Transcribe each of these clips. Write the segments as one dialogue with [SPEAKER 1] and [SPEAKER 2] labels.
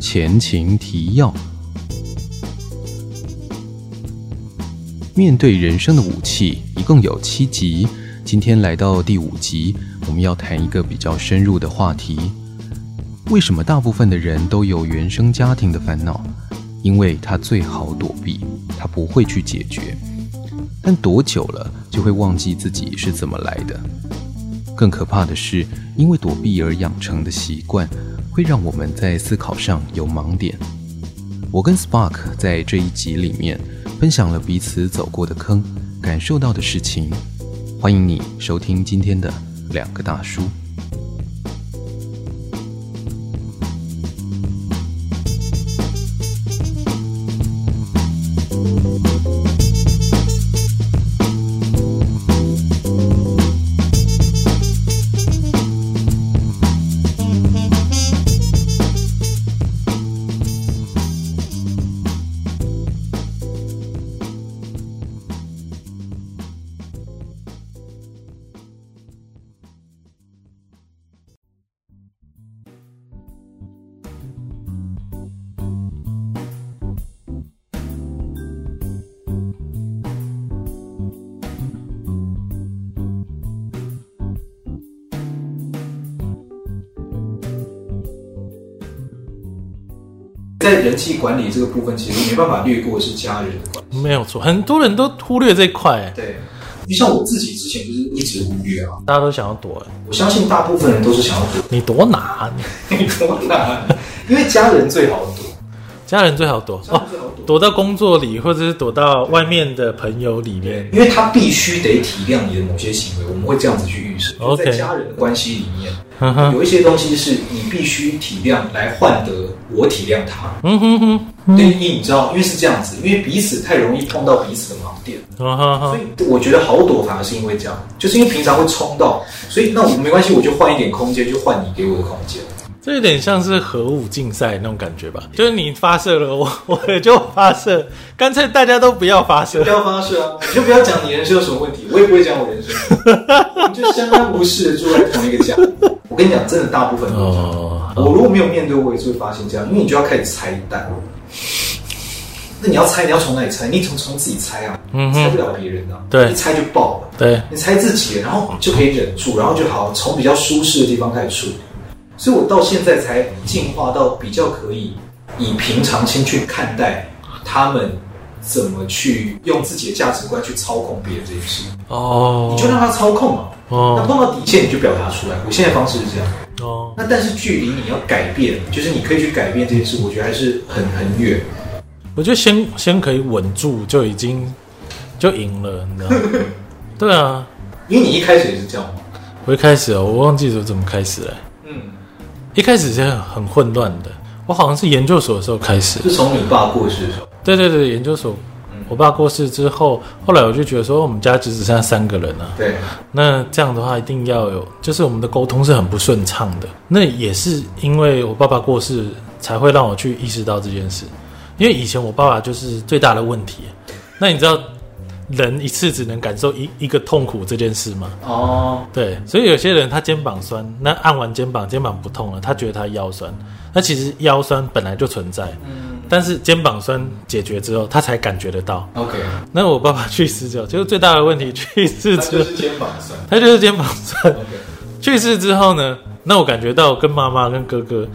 [SPEAKER 1] 前情提要。面对人生的武器，一共有七集。今天来到第五集，我们要谈一个比较深入的话题：为什么大部分的人都有原生家庭的烦恼？因为他最好躲避，他不会去解决，但躲久了就会忘记自己是怎么来的。更可怕的是，因为躲避而养成的习惯，会让我们在思考上有盲点。我跟 Spark 在这一集里面分享了彼此走过的坑，感受到的事情。欢迎你收听今天的两个大叔。
[SPEAKER 2] 在人际管理这个部分，其实没办法略过是家人的关系。
[SPEAKER 3] 没有错，很多人都忽略这一块，
[SPEAKER 2] 对，就像我自己之前就是一直忽略啊。
[SPEAKER 3] 大家都想要躲，
[SPEAKER 2] 我相信大部分人都是想要躲
[SPEAKER 3] 你躲哪？你
[SPEAKER 2] 避躲难，因为家人最好躲，
[SPEAKER 3] 家人最好躲
[SPEAKER 2] 家
[SPEAKER 3] 哦
[SPEAKER 2] 人，最好躲，
[SPEAKER 3] 躲到工作里，或者是躲到外面的朋友里面。
[SPEAKER 2] 因为他必须得体谅你的某些行为，我们会这样子去预设。
[SPEAKER 3] OK
[SPEAKER 2] 在家人的关系里面，
[SPEAKER 3] 嗯哼，
[SPEAKER 2] 有一些东西是你必须体谅来换得我体谅他。
[SPEAKER 3] 嗯哼哼，
[SPEAKER 2] 对，因为你知道，因为是这样子，因为彼此太容易碰到彼此的盲点。
[SPEAKER 3] 嗯哼
[SPEAKER 2] 所
[SPEAKER 3] 哼，
[SPEAKER 2] 以我觉得好躲反而是因为这样，就是因为平常会冲到，所以那我没关系，我就换一点空间，就换你给我的空间。
[SPEAKER 3] 这有点像是核武竞赛那种感觉吧？就是你发射了，我我也就发射，干脆大家都不要发射
[SPEAKER 2] 不。要发射啊！你就不要讲你人生有什么问题，我也不会讲我 人生，我们就相安无事的住在同一个家。我跟你讲，真的大部分都是这样。
[SPEAKER 3] 哦，
[SPEAKER 2] 我如果没有面对，我也是会发现这样，因为你就要开始拆弹。那你要拆，你要从哪里拆？你从从自己拆啊，
[SPEAKER 3] 嗯
[SPEAKER 2] 拆
[SPEAKER 3] 哼
[SPEAKER 2] 不了别人啊。
[SPEAKER 3] 对
[SPEAKER 2] 一拆就爆了。
[SPEAKER 3] 对，
[SPEAKER 2] 你猜自己，然后就可以忍住，然后就好从比较舒适的地方开始处理。所以我到现在才进化到比较可以以平常心去看待他们怎么去用自己的价值观去操控别人这件事，
[SPEAKER 3] 哦
[SPEAKER 2] 你就让他操控嘛。那
[SPEAKER 3] 哦
[SPEAKER 2] 碰到底线你就表达出来。我现在方式是这样。
[SPEAKER 3] 哦，
[SPEAKER 2] 那但是距离你要改变，就是你可以去改变这件事，我觉得还是很很远。
[SPEAKER 3] 我觉得先先可以稳住就已经就赢了，你知道吗？ 对啊，
[SPEAKER 2] 因为你一开始也是这样嘛。
[SPEAKER 3] 我一开始哦，我忘记我怎么开始了。
[SPEAKER 2] 嗯，
[SPEAKER 3] 一开始是很混乱的，我好像是研究所的时候开始。
[SPEAKER 2] 是从你爸过世的时候。
[SPEAKER 3] 对对对，研究所，我爸过世之后，后来我就觉得说，我们家只只剩下三个人了、
[SPEAKER 2] 对，
[SPEAKER 3] 那这样的话，一定要有，就是我们的沟通是很不顺畅的。那也是因为我爸爸过世，才会让我去意识到这件事。因为以前我爸爸就是最大的问题。那你知道，人一次只能感受一一个痛苦这件事吗？
[SPEAKER 2] 哦，
[SPEAKER 3] 对，所以有些人他肩膀酸，那按完肩膀，肩膀不痛了，他觉得他腰酸。那其实腰酸本来就存在，
[SPEAKER 2] 嗯
[SPEAKER 3] 但是肩膀酸解决之后，他才感觉得到。
[SPEAKER 2] ，OK，
[SPEAKER 3] 那我爸爸去世之后，就是最大的问题，去世
[SPEAKER 2] 那
[SPEAKER 3] 之
[SPEAKER 2] 就
[SPEAKER 3] 后，
[SPEAKER 2] 是肩膀酸。
[SPEAKER 3] 他就是肩膀酸。
[SPEAKER 2] OK，
[SPEAKER 3] 去世之后呢，那我感觉到跟妈妈跟哥哥，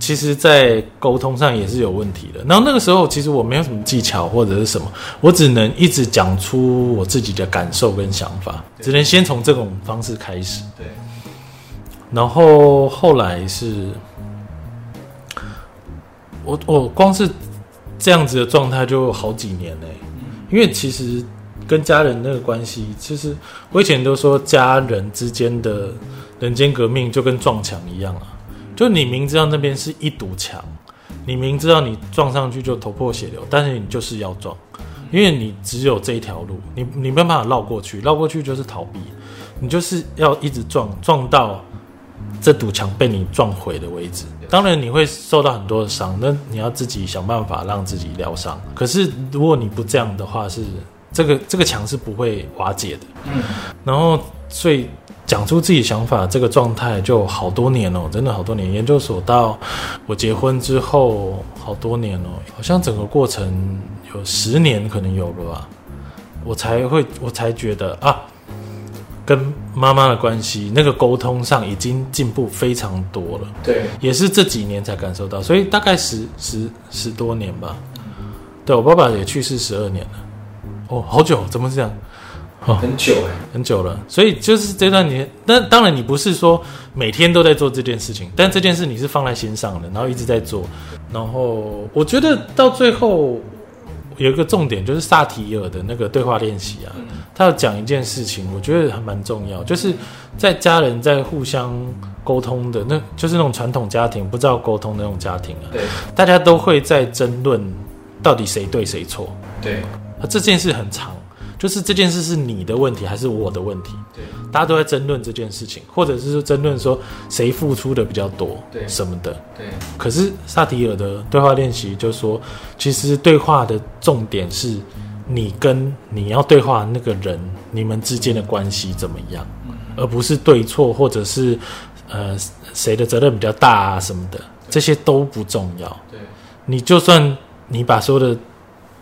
[SPEAKER 3] 其实在沟通上也是有问题的。然后那个时候，其实我没有什么技巧或者是什么，我只能一直讲出我自己的感受跟想法，只能先从这种方式开始。
[SPEAKER 2] 对。
[SPEAKER 3] 然后后来是，我我光是这样子的状态就好几年嘞、因为其实跟家人那个关系，其实我以前都说家人之间的人间革命就跟撞墙一样啊，就你明知道那边是一堵墙，你明知道你撞上去就头破血流，但是你就是要撞，因为你只有这一条路，你你没办法绕过去，绕过去就是逃避，你就是要一直撞，撞到这堵墙被你撞毁的为止。当然你会受到很多的伤，那你要自己想办法让自己疗伤。可是如果你不这样的话，是这个这个墙是不会瓦解的。
[SPEAKER 2] 嗯，
[SPEAKER 3] 然后所以讲出自己想法这个状态就好多年哦，真的好多年。研究所到我结婚之后，好多年哦，好像整个过程有十年可能有了吧，我才会我才觉得啊，跟妈妈的关系那个沟通上已经进步非常多了。
[SPEAKER 2] 对，
[SPEAKER 3] 也是这几年才感受到，所以大概十十十多年吧。对我爸爸也去世十二年了，哦，好久，怎么是这样？
[SPEAKER 2] 很久哎、
[SPEAKER 3] 很久了，所以就是这段年，但当然你不是说每天都在做这件事情，但这件事你是放在心上的，然后一直在做，然后我觉得到最后有一个重点就是萨提尔的那个对话练习啊，他要讲一件事情，我觉得还蛮重要，就是在家人在互相沟通的，那就是那种传统家庭不知道沟通的那种家庭啊，
[SPEAKER 2] 对
[SPEAKER 3] 大家都会在争论到底谁对谁错，
[SPEAKER 2] 对
[SPEAKER 3] 啊，这件事很长，就是这件事是你的问题还是我的问题？
[SPEAKER 2] 对，
[SPEAKER 3] 大家都在争论这件事情，或者是说争论说谁付出的比较多，
[SPEAKER 2] 对
[SPEAKER 3] 什么的。
[SPEAKER 2] 对，
[SPEAKER 3] 可是萨提尔的对话练习就说，其实对话的重点是你跟你要对话的那个人，你们之间的关系怎么样，而不是对错或者是呃谁的责任比较大啊什么的，这些都不重要。
[SPEAKER 2] 对，
[SPEAKER 3] 你就算你把所有的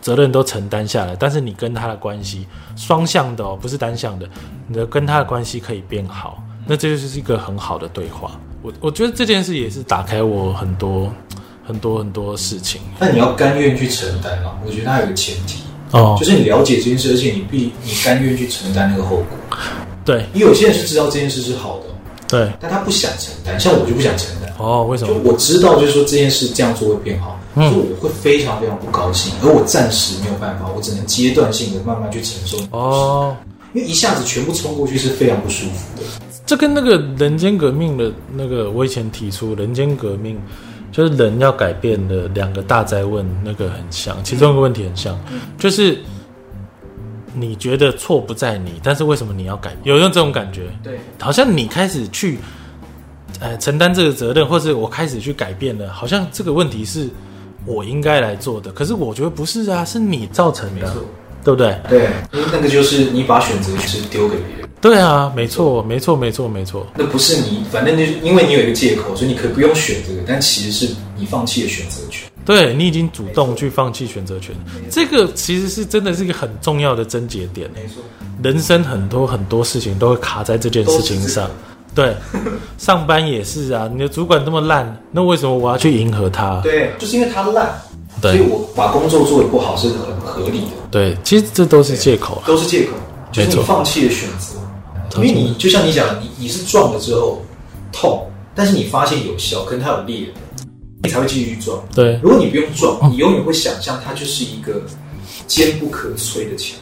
[SPEAKER 3] 责任都承担下来，但是你跟他的关系双向的哦，不是单向的，你的跟他的关系可以变好，那这就是一个很好的对话。我我觉得这件事也是打开我很多很多很多事情
[SPEAKER 2] 但你要甘愿去承担啊，我觉得它有个前提，
[SPEAKER 3] 哦
[SPEAKER 2] 就，是你了解这件事，而且你必你甘愿去承担那个后果。
[SPEAKER 3] 对
[SPEAKER 2] 因为有些人是知道这件事是好的，
[SPEAKER 3] 对
[SPEAKER 2] 但他不想承担，像我就不想承担。
[SPEAKER 3] 哦，为什
[SPEAKER 2] 就
[SPEAKER 3] 么？
[SPEAKER 2] 我知道，就是说这件事这样做会变好，所以我会非常非常不高兴，而我暂时没有办法，我只能阶段性的慢慢去承受，
[SPEAKER 3] 哦，
[SPEAKER 2] 因为一下子全部冲过去是非常不舒服的。
[SPEAKER 3] 这跟那个人间革命的那个，我以前提出人间革命，就是人要改变的两个大灾问，那个很像，其中一个问题很像，就是你觉得错不在你，但是为什么你要改？有用这种感觉，
[SPEAKER 2] 对
[SPEAKER 3] 好像你开始去，呃，承担这个责任，或是我开始去改变了，好像这个问题是我应该来做的，可是我觉得不是啊，是你造成的
[SPEAKER 2] 错，
[SPEAKER 3] 对不对？
[SPEAKER 2] 对，因为那个就是你把选择是丢给别人，
[SPEAKER 3] 对啊，没错，没错，没错，没错，
[SPEAKER 2] 那不是你，反正就是因为你有一个借口，所以你可以不用选这个，但其实是你放弃了选择权。
[SPEAKER 3] 对你已经主动去放弃选择权，这个其实是真的是一个很重要的症结点欸。
[SPEAKER 2] 没错，
[SPEAKER 3] 人生很多很多事情都会卡在这件事情上，对，上班也是啊，你的主管那么烂，那为什么我要去迎合他？
[SPEAKER 2] 对，就是因为他烂，所以
[SPEAKER 3] 对
[SPEAKER 2] 我把工作做得不好是很合理的。
[SPEAKER 3] 对，其实这都是借口啊了。
[SPEAKER 2] 都是借口，就是
[SPEAKER 3] 没
[SPEAKER 2] 你
[SPEAKER 3] 错
[SPEAKER 2] 放弃了选择，因
[SPEAKER 3] 错
[SPEAKER 2] 为你就像你讲的，你你是撞了之后痛，但是你发现有效，可能它有裂痕，你才会继续撞。
[SPEAKER 3] 对，
[SPEAKER 2] 如果你不用撞，你永远会想象它就是一个坚不可摧的墙。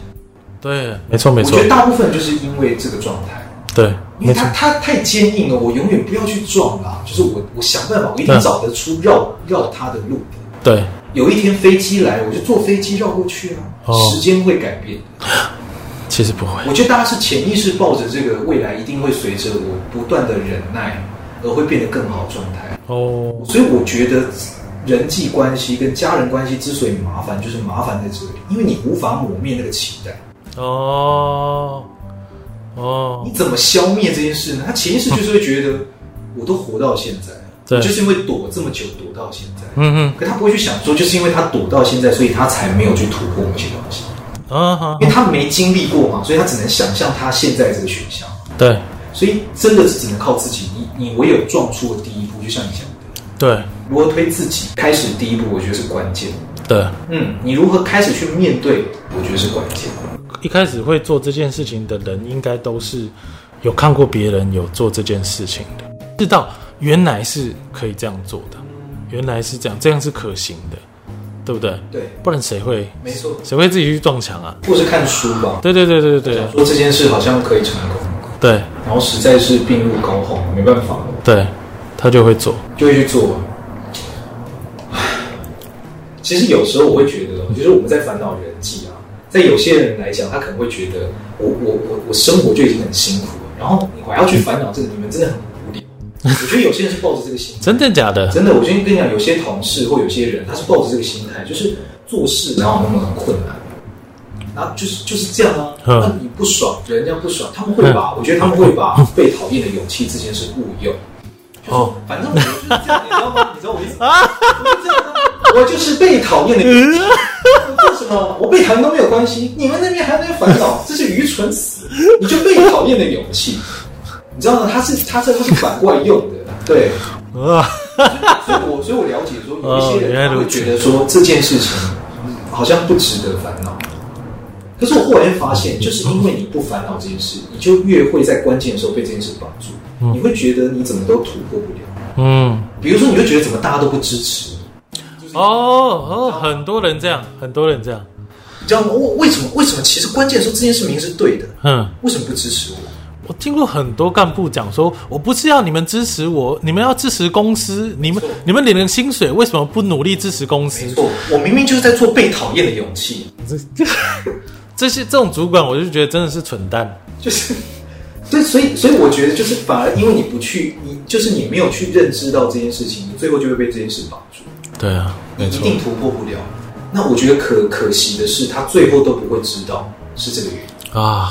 [SPEAKER 3] 对，没错，没
[SPEAKER 2] 我
[SPEAKER 3] 错
[SPEAKER 2] 觉，得大部分就是因为这个状态，
[SPEAKER 3] 对，
[SPEAKER 2] 因
[SPEAKER 3] 没
[SPEAKER 2] 为
[SPEAKER 3] 错
[SPEAKER 2] 它，它太坚硬了，我永远不要去撞啦、就是我我想办法，我一定
[SPEAKER 3] 对
[SPEAKER 2] 找得出绕绕它的路的。
[SPEAKER 3] 对，
[SPEAKER 2] 有一天飞机来，我就坐飞机绕过去啊。
[SPEAKER 3] 哦
[SPEAKER 2] 时间会改变，
[SPEAKER 3] 其实不会，
[SPEAKER 2] 我觉得大家是潜意识抱着这个未来一定会随着我不断的忍耐而会变得更好的状态，
[SPEAKER 3] 哦，
[SPEAKER 2] 所以我觉得人际关系跟家人关系之所以麻烦，就是麻烦在这里，因为你无法抹灭那个期待，
[SPEAKER 3] 哦，哦
[SPEAKER 2] 你，怎么消灭这件事呢？他潜意识就是会觉得我都活到现在，
[SPEAKER 3] 对
[SPEAKER 2] 我就是因为躲这么久躲到现在，
[SPEAKER 3] 嗯
[SPEAKER 2] 可他不会去想说，就是因为他躲到现在，所以他才没有去突破某些东西，
[SPEAKER 3] 嗯，啊哈
[SPEAKER 2] 因，为他没经历过嘛，所以他只能想象他现在这个选项。
[SPEAKER 3] 对，
[SPEAKER 2] 所以真的是只能靠自己，你你唯有撞出的第一步，就像你讲的，
[SPEAKER 3] 对，
[SPEAKER 2] 如何推自己开始第一步，我觉得是关键。
[SPEAKER 3] 对。
[SPEAKER 2] 嗯，你如何开始去面对，我觉得是关键。
[SPEAKER 3] 一开始会做这件事情的人，应该都是有看过别人有做这件事情的，知道原来是可以这样做的，原来是这样，这样是可行的，对不对？
[SPEAKER 2] 对，
[SPEAKER 3] 不然谁会
[SPEAKER 2] 没错，
[SPEAKER 3] 谁会自己去撞墙啊？
[SPEAKER 2] 或是看书吧，
[SPEAKER 3] 对对对对对对
[SPEAKER 2] 说这件事好像可以成功，
[SPEAKER 3] 对
[SPEAKER 2] 然后实在是病入膏肓，没办法了，
[SPEAKER 3] 对，他就会做。
[SPEAKER 2] 就会去做。其实有时候我会觉得，就是我们在烦恼人际啊，在有些人来讲，他可能会觉得我我我我生活就已经很辛苦了，然后我还要去烦恼这个，你们真的很无聊。我觉得有些人是抱着这个心态，
[SPEAKER 3] 真的假的？
[SPEAKER 2] 真的，我先跟你讲，有些同事或有些人他是抱着这个心态，就是做事哪有那么困难，然后就是就是这样啊。
[SPEAKER 3] 嗯
[SPEAKER 2] 那你不爽，人家不爽，他们会把，我觉得他们会把被讨厌的勇气这件事误用。
[SPEAKER 3] 哦，
[SPEAKER 2] 反正我就是这样，你知道吗？你知道我意思？我就是这样啊我就是被讨厌的勇气。我做什么？我被讨厌都没有关系，你们那边还在烦恼，这是愚蠢死！你就被讨厌的勇气，你知道吗？他是他是他是反过来用的，对。
[SPEAKER 3] 啊，
[SPEAKER 2] 所以我所以我了解说，有一些
[SPEAKER 3] 哦原
[SPEAKER 2] 人
[SPEAKER 3] 来
[SPEAKER 2] 他
[SPEAKER 3] 如
[SPEAKER 2] 会
[SPEAKER 3] 此
[SPEAKER 2] 觉得说这件事情嗯好像不值得烦恼。可是我忽然发现，就是因为你不烦恼这件事，你就越会在关键的时候被这件事绑住，你会觉得你怎么都突破不了。
[SPEAKER 3] 嗯，
[SPEAKER 2] 比如说，你会觉得怎么大家都不支持你，
[SPEAKER 3] 哦哦，很多人这样，很多人这样，
[SPEAKER 2] 你知道吗？我为什么为什么？其实关键的时候这件事明明是对的，
[SPEAKER 3] 嗯。
[SPEAKER 2] 为什么不支持我？
[SPEAKER 3] 我听过很多干部讲说，我不是要你们支持我，你们要支持公司，你们
[SPEAKER 2] 错
[SPEAKER 3] 你们领了薪水，为什么不努力支持公
[SPEAKER 2] 没
[SPEAKER 3] 司？
[SPEAKER 2] 错，我明明就是在做被讨厌的勇气，
[SPEAKER 3] 这些这种主管，我就觉得真的是蠢蛋。
[SPEAKER 2] 就是， 对，所以所以我觉得就是反而因为你不去，你就是你没有去认知到这件事情，你最后就会被这件事绑住，
[SPEAKER 3] 对啊，
[SPEAKER 2] 你一定突破不了。那我觉得可可惜的是，他最后都不会知道是这个原因，
[SPEAKER 3] 啊，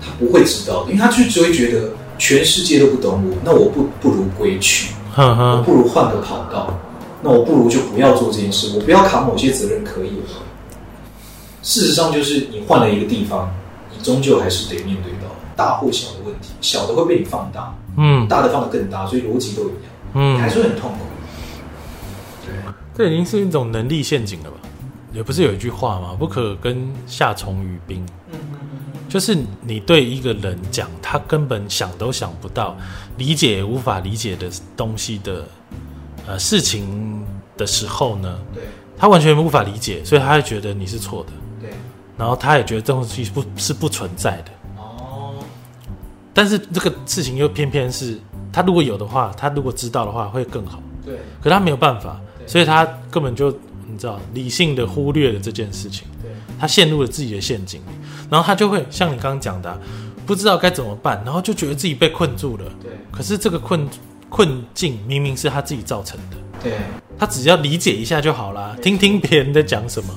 [SPEAKER 2] 他不会知道的，因为他就只会觉得全世界都不懂我，那我不不如归去，
[SPEAKER 3] 哼
[SPEAKER 2] 我
[SPEAKER 3] 哼，
[SPEAKER 2] 不如换个跑道，那我不如就不要做这件事，我不要扛某些责任可以了。事实上，就是你换了一个地方，你终究还是得面对到大或小的问题，小的会被你放大，
[SPEAKER 3] 嗯
[SPEAKER 2] 大的放得更大，所以逻辑都一样，你还
[SPEAKER 3] 嗯，
[SPEAKER 2] 是会很痛苦。对，
[SPEAKER 3] 这已经是一种能力陷阱了吧？也不是有一句话吗？不可跟夏虫语冰。就是你对一个人讲他根本想都想不到、理解也无法理解的东西的呃事情的时候呢，
[SPEAKER 2] 对，
[SPEAKER 3] 他完全无法理解，所以他会觉得你是错的，
[SPEAKER 2] 对，
[SPEAKER 3] 然后他也觉得这种东西不是不存在的。
[SPEAKER 2] 哦，
[SPEAKER 3] 但是这个事情又偏偏是他如果有的话，他如果知道的话会更好，
[SPEAKER 2] 对，
[SPEAKER 3] 可他没有办法，
[SPEAKER 2] 对
[SPEAKER 3] 所以他根本就你知道理性的忽略了这件事情，
[SPEAKER 2] 对，
[SPEAKER 3] 他陷入了自己的陷阱里，然后他就会像你刚刚讲的啊、不知道该怎么办，然后就觉得自己被困住了。
[SPEAKER 2] 对，
[SPEAKER 3] 可是这个困困境明明是他自己造成的，
[SPEAKER 2] 对，
[SPEAKER 3] 他只要理解一下就好啦，听听别人在讲什么。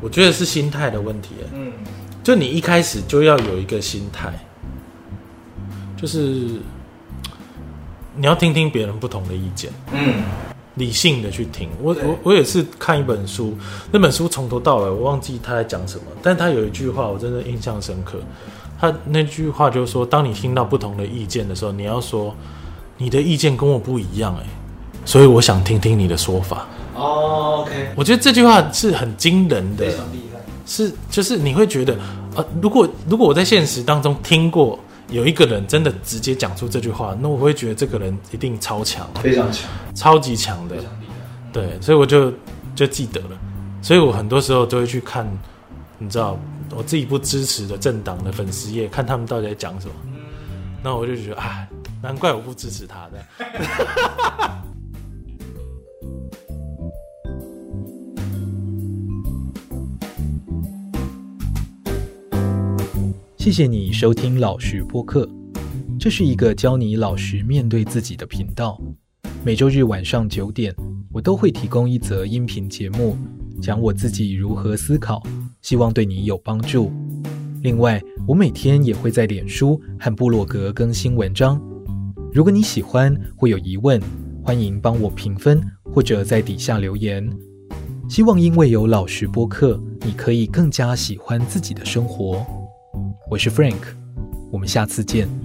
[SPEAKER 3] 我觉得是心态的问题耶，啊
[SPEAKER 2] 嗯，
[SPEAKER 3] 就你一开始就要有一个心态，就是嘖你要听听别人不同的意见，
[SPEAKER 2] 嗯，
[SPEAKER 3] 理性的去听。我
[SPEAKER 2] 对
[SPEAKER 3] 我我也是看一本书，那本书从头到尾我忘记他在讲什么，但他有一句话我真的印象深刻，他那句话就是说，当你听到不同的意见的时候，你要说你的意见跟我不一样，哎，所以我想听听你的说法。
[SPEAKER 2] 哦，OK，
[SPEAKER 3] 我觉得这句话是很惊人的
[SPEAKER 2] 非，常厉害，
[SPEAKER 3] 是就是你会觉得，呃，如果如果我在现实当中听过有一个人真的直接讲出这句话，那我会觉得这个人一定超强，
[SPEAKER 2] 非常强，
[SPEAKER 3] 超级强的
[SPEAKER 2] 非，常厉害，
[SPEAKER 3] 对，所以我就就记得了，所以我很多时候都会去看，你知道我自己不支持的政党的粉丝页，看他们到底在讲什么，那我就觉得啊，难怪我不支持他的。
[SPEAKER 4] 谢谢你收听老实播客，这是一个教你老实面对自己的频道。每周日晚上九点，我都会提供一则音频节目，讲我自己如何思考，希望对你有帮助。另外，我每天也会在脸书和部落格更新文章。如果你喜欢或有疑问，欢迎帮我评分或者在底下留言。希望因为有老实播客，你可以更加喜欢自己的生活。我是 Frank，我们下次见。